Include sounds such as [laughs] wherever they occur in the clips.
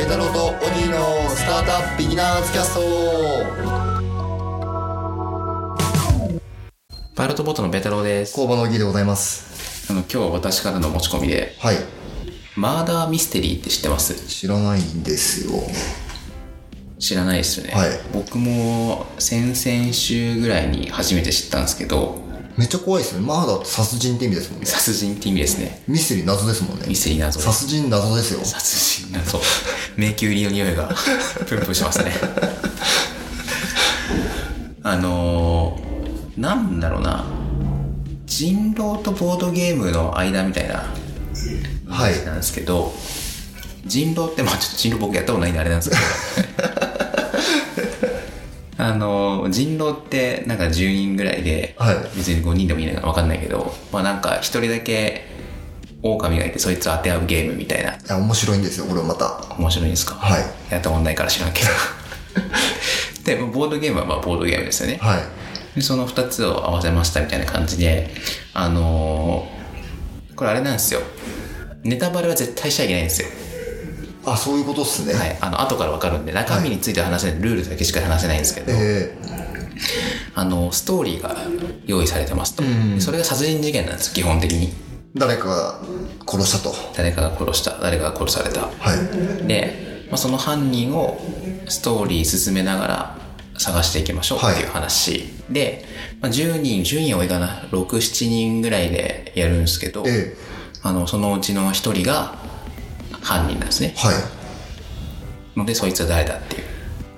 イ太郎とオギーのスタートアップビギナーズキャストパイロットボートのベテロです。工場のオギーでございますあの、今日は私からの持ち込みで、はいマーダーミステリーって知ってます知らないんですよ知らないですよね。はい僕も先々週ぐらいに初めて知ったんですけど、めっちゃ怖いですよねマーダーって殺人って意味ですもんね殺人って意味ですね。ミステリー謎ですもんねミステリー謎です。殺人謎ですよ殺人謎。 [laughs] 迷宮入りの匂いが、プンプンしますね。 [laughs] あのー、なんだろうな。人狼とボードゲームの間みたいなはい話なんですけど、人狼ってまあちょっと人狼僕やったことないんであれなんですけ [laughs] どあの人狼ってなんか10人ぐらいで、はい別に5人でもいいのか分かんないけどまあなんか1人だけ狼がいてそいつを当て合うゲームみたいないや面白いんですよこれまた面白いんですかはいやったことないから知らんけ [laughs] どでまあボードゲームはまあボードゲームですよねはいでその2つを合わせましたみたいな感じであのーこれあれなんですよネタバレは絶対しちゃいけないんですよあそういうことっすね、はい、あの後から分かるんで中身については話せない、ルールだけしか話せないんですけど、えあのストーリーが用意されてますと、それが殺人事件なんです基本的にー、誰かが殺したと誰かが殺した誰かが殺されたはいで、まあ、その犯人をストーリー進めながら探していきましょうっていう話、で、まあ、10人10人多いかな67人ぐらいでやるんですけど、ええあのそのうちの1人が犯人なんですねはいのでそいつは誰だっていう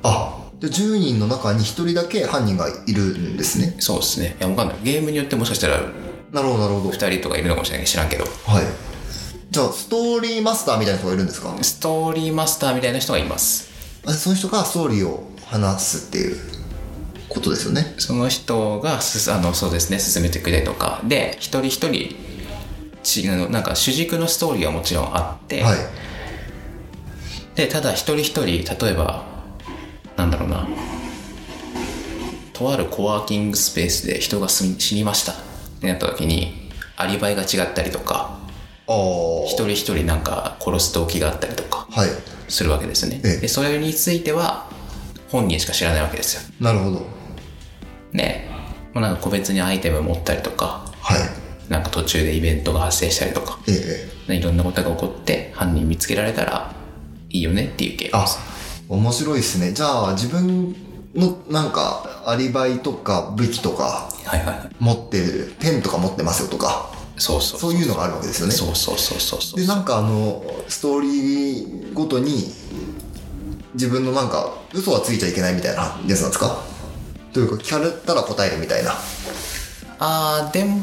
あで10人の中に1人だけ犯人がいるんですねそうですねいやわかんないゲームによってもしかしたらなるほどなるほど2人とかいるのかもしれないけど知らんけどはいじゃあストーリーマスターみたいな人がいるんですかストーリーマスターみたいな人がいますあその人がストーリーを話すっていうことですよねその人がすあのそうですね進めてくれとかで一人一人ちあのなんか主軸のストーリーはもちろんあって、はいでただ一人一人例えばなんだろうなとあるコワーキングスペースで人が死に死にましたってなった時にアリバイが違ったりとかあ一あ人一人なんか殺す動機があったりとかはいするわけですねええでそれについては本人しか知らないわけですよなるほどねもうなんか個別にアイテム持ったりとかはいなんか途中でイベントが発生したりとかええええねいろんなことが起こって犯人見つけられたらいいよねっていう系あ面白いですねじゃあ自分のなんかアリバイとか武器とかはいはいはい持ってるペンとか持ってますよとかそうそうそういうのがあるわけですよねそうそうそうそうそうでなんかあのストーリーごとに自分のなんか嘘はついちゃいけないみたいなやつなんですかというか聞かれたら答えるみたいなあーでも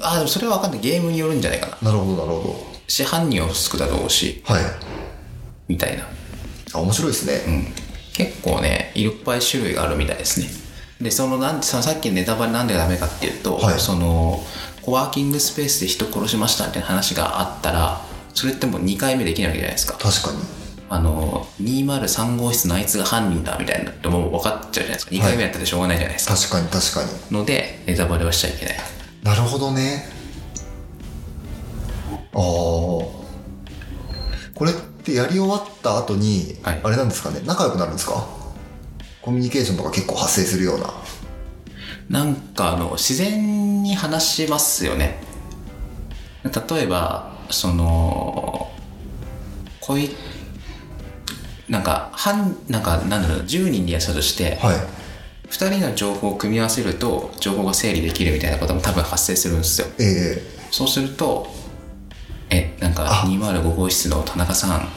あーでもそれは分かんないゲームによるんじゃないかななるほどなるほし犯人を救うだろうしどはいみたいなあ面白いですね、結構ねいっぱい種類があるみたいですねでそのなんそのさっきのネタバレなんでダメかっていうと、はいそのコワーキングスペースで人殺しましたみたいな話があったらそれってもう2回目できないわけじゃないですか確かにあの203号室のあいつが犯人だみたいなのってもう分かっちゃうじゃないですか2回目やったらしょうがないじゃないですか、確かに確かにのでネタバレはしちゃいけないなるほどねああこれってやり終わった後に、はいあれなんですかね仲良くなるんですかコミュニケーションとか結構発生するようななんかあの自然に話しますよね例えばそのこいなんか犯なんかなんだろう10人でやったとして、はい2人の情報を組み合わせると情報が整理できるみたいなことも多分発生するんですよええそうするとえなんかあ205号室の田中さん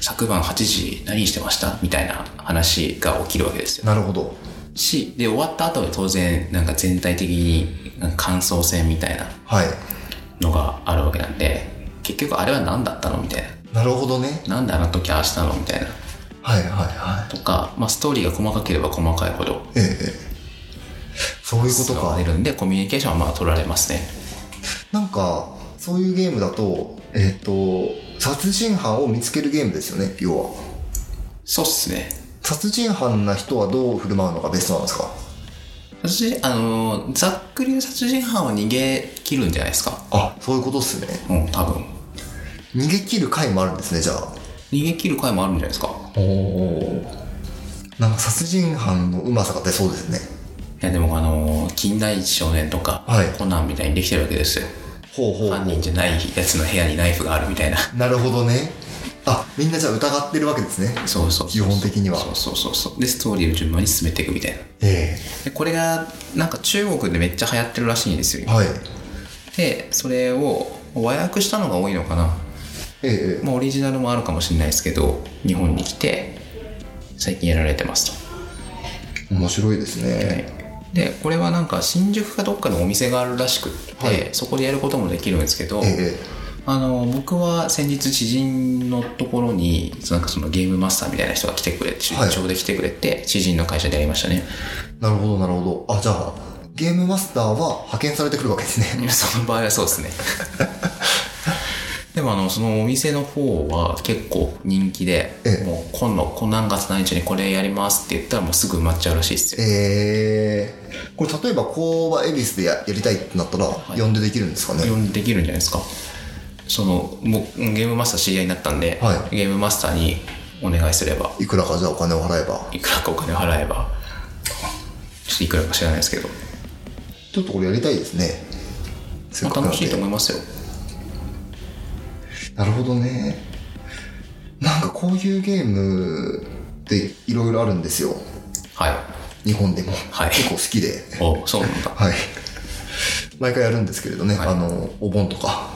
昨晩8時何してましたみたいな話が起きるわけですよなるほどしで終わった後は当然なんか全体的になんか感想戦みたいなはいのがあるわけなんで結局あれは何だったのみたいなるほどねななんであの時ああしたのみたいなはいはいはいとか、まあ、ストーリーが細かければ細かいほどええええそういうこと伝わかれるんでコミュニケーションはまあ取られますねなんかそういうゲームだとえっ、と殺人犯を見つけるゲームですよね要はそうっすね殺人犯な人はどう振る舞うのがベストなんですか殺人あのーざっくり言う殺人犯は逃げ切るんじゃないですかあそういうことっすねうん多分逃げ切る回もあるんですねじゃあ逃げ切る回もあるんじゃないですかおおなんか殺人犯のうまさが出そうですねいやでもあの近代一少年とか、はいコナンみたいにできてるわけですよほうほ犯人じゃないやつの部屋にナイフがあるみたいななるほどねあみんなじゃあ疑ってるわけですねそうそうそう基本的にはそうそうそうそうでストーリーを順番に進めていくみたいなえでこれがなんか中国でめっちゃ流行ってるらしいんですえよ今はいでそれを和訳したのが多いのかなええまあオリジナルもあるかもしれないですけど日本に来て最近やられてますと面白いですねでこれはなんか新宿かどっかのお店があるらしくって、はいそこでやることもできるんですけど、ええあの僕は先日知人のところになんかそのゲームマスターみたいな人が来てくれて出はい張で来てくれて、知人の会社でやりましたねなるほどなるほどあじゃあゲームマスターは派遣されてくるわけですねその場合はそうですね [laughs] でもあのそのお店の方は結構人気で、ええもう今度この何月何日にこれやりますって言ったらもうすぐ埋まっちゃうらしいですよええこれ例えば工場恵比寿でややりたいってなったら、呼んでできるんですかね呼んでできるんじゃないですかそのもうゲームマスター知り合いになったんで、はゲームマスターにお願いすればいくらかじゃあお金を払えばいくらかお金を払えばちょっといくらか知らないですけど、ちょっとこれやりたいですねせっまかあ、くなん楽しいとで思いますよなるほどねなんかこういうゲームっていろいろあるんですよはい日本でも、はい結構好きでおそ [laughs] うなんだはい毎回やるんですけれどね、はいあのお盆とか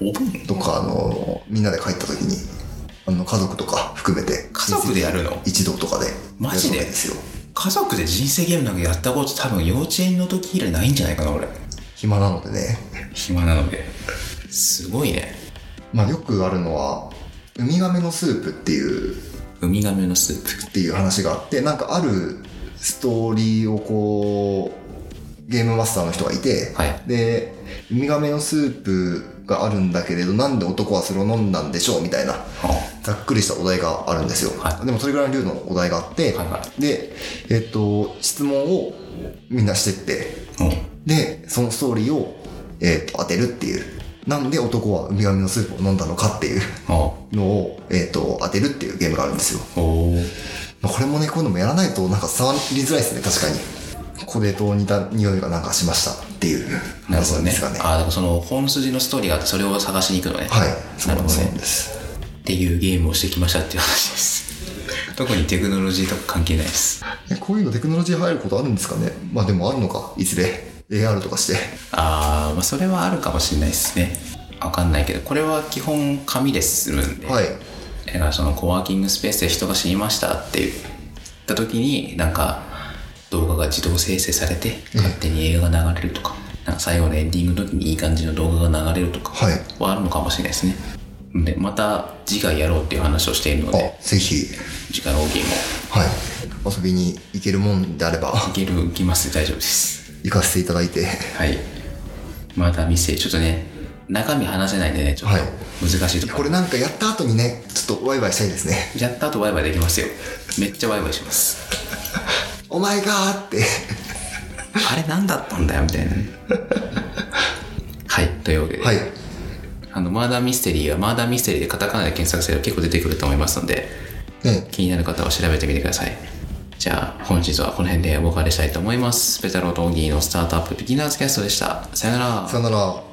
お盆とかあのみんなで帰った時にあの家族とか含めて家族でやるの一同とかでマジでやるわけですよ家族で人生ゲームなんかやったこと多分幼稚園の時以来ないんじゃないかな俺暇なのでね暇なのですごいねまあよくあるのはウミガメのスープっていうウミガメのスーっていう話があってなんかあるストーリーをこうゲームマスターの人がいて、はいでウミガメのスープがあるんだけれどなんで男はそれを飲んだんでしょうみたいなプはざっくりしたお題があるんですよ、はいでもそれぐらいの量のお題があって、はいはでえっと質問をみんなしてってあうんでそのストーリーを、えっと当てるっていうなんで男はウミガメのスープを飲んだのかっていうあのを、えっと当てるっていうゲームがあるんですよおーまあこれもね、こういうのもやらないとなんか伝わりづらいですね、確かに。これと似た匂いがなんかしましたっていうなる話ほなどんねですがね。ああだからその本筋のストーリーがあってそれを探しに行くのねはい、そうなるなんでほどすそうなねんです。っていうゲームをしてきましたっていう話です特にテクノロジーとか関係ないですえこういうのテクノロジー入ることあるんですかねまあでもあるのか、いずれ AR とかして。あー、まあそれはあるかもしれないですねわかんないけどこれは基本紙で進むんで、はい。だからそのコワーキングスペースで人が死にましたって言った時になんか動画が自動生成されて勝手に映画が流れるとかなんか最後のエンディングの時にいい感じの動画が流れるとかはいはあるのかもしれないですね、でまた次回やろうっていう話をしているのであ、ぜひ、次回の大喜利もはい。遊びに行けるもんであれば、いけるいきます大丈夫です行かせていただいて。はいまた店ちょっとね中身話せないんでねちょっとはい難しいとここれなんかやった後にね、ちょっとワイワイしたいですね。やった後ワイワイできますよめっちゃワイワイしますお前がーって。あれ何だったんだよみたいなねはいというわけで、はい。あのマーダーミステリーはマーダーミステリーでカタカナで検索すれば結構出てくると思いますのでね、気になる方は調べてみてくださいじゃあ本日はこの辺でお別れしたいと思いますペタローとオギーのスタートアップビギナーズキャストでしたさよならさよなら。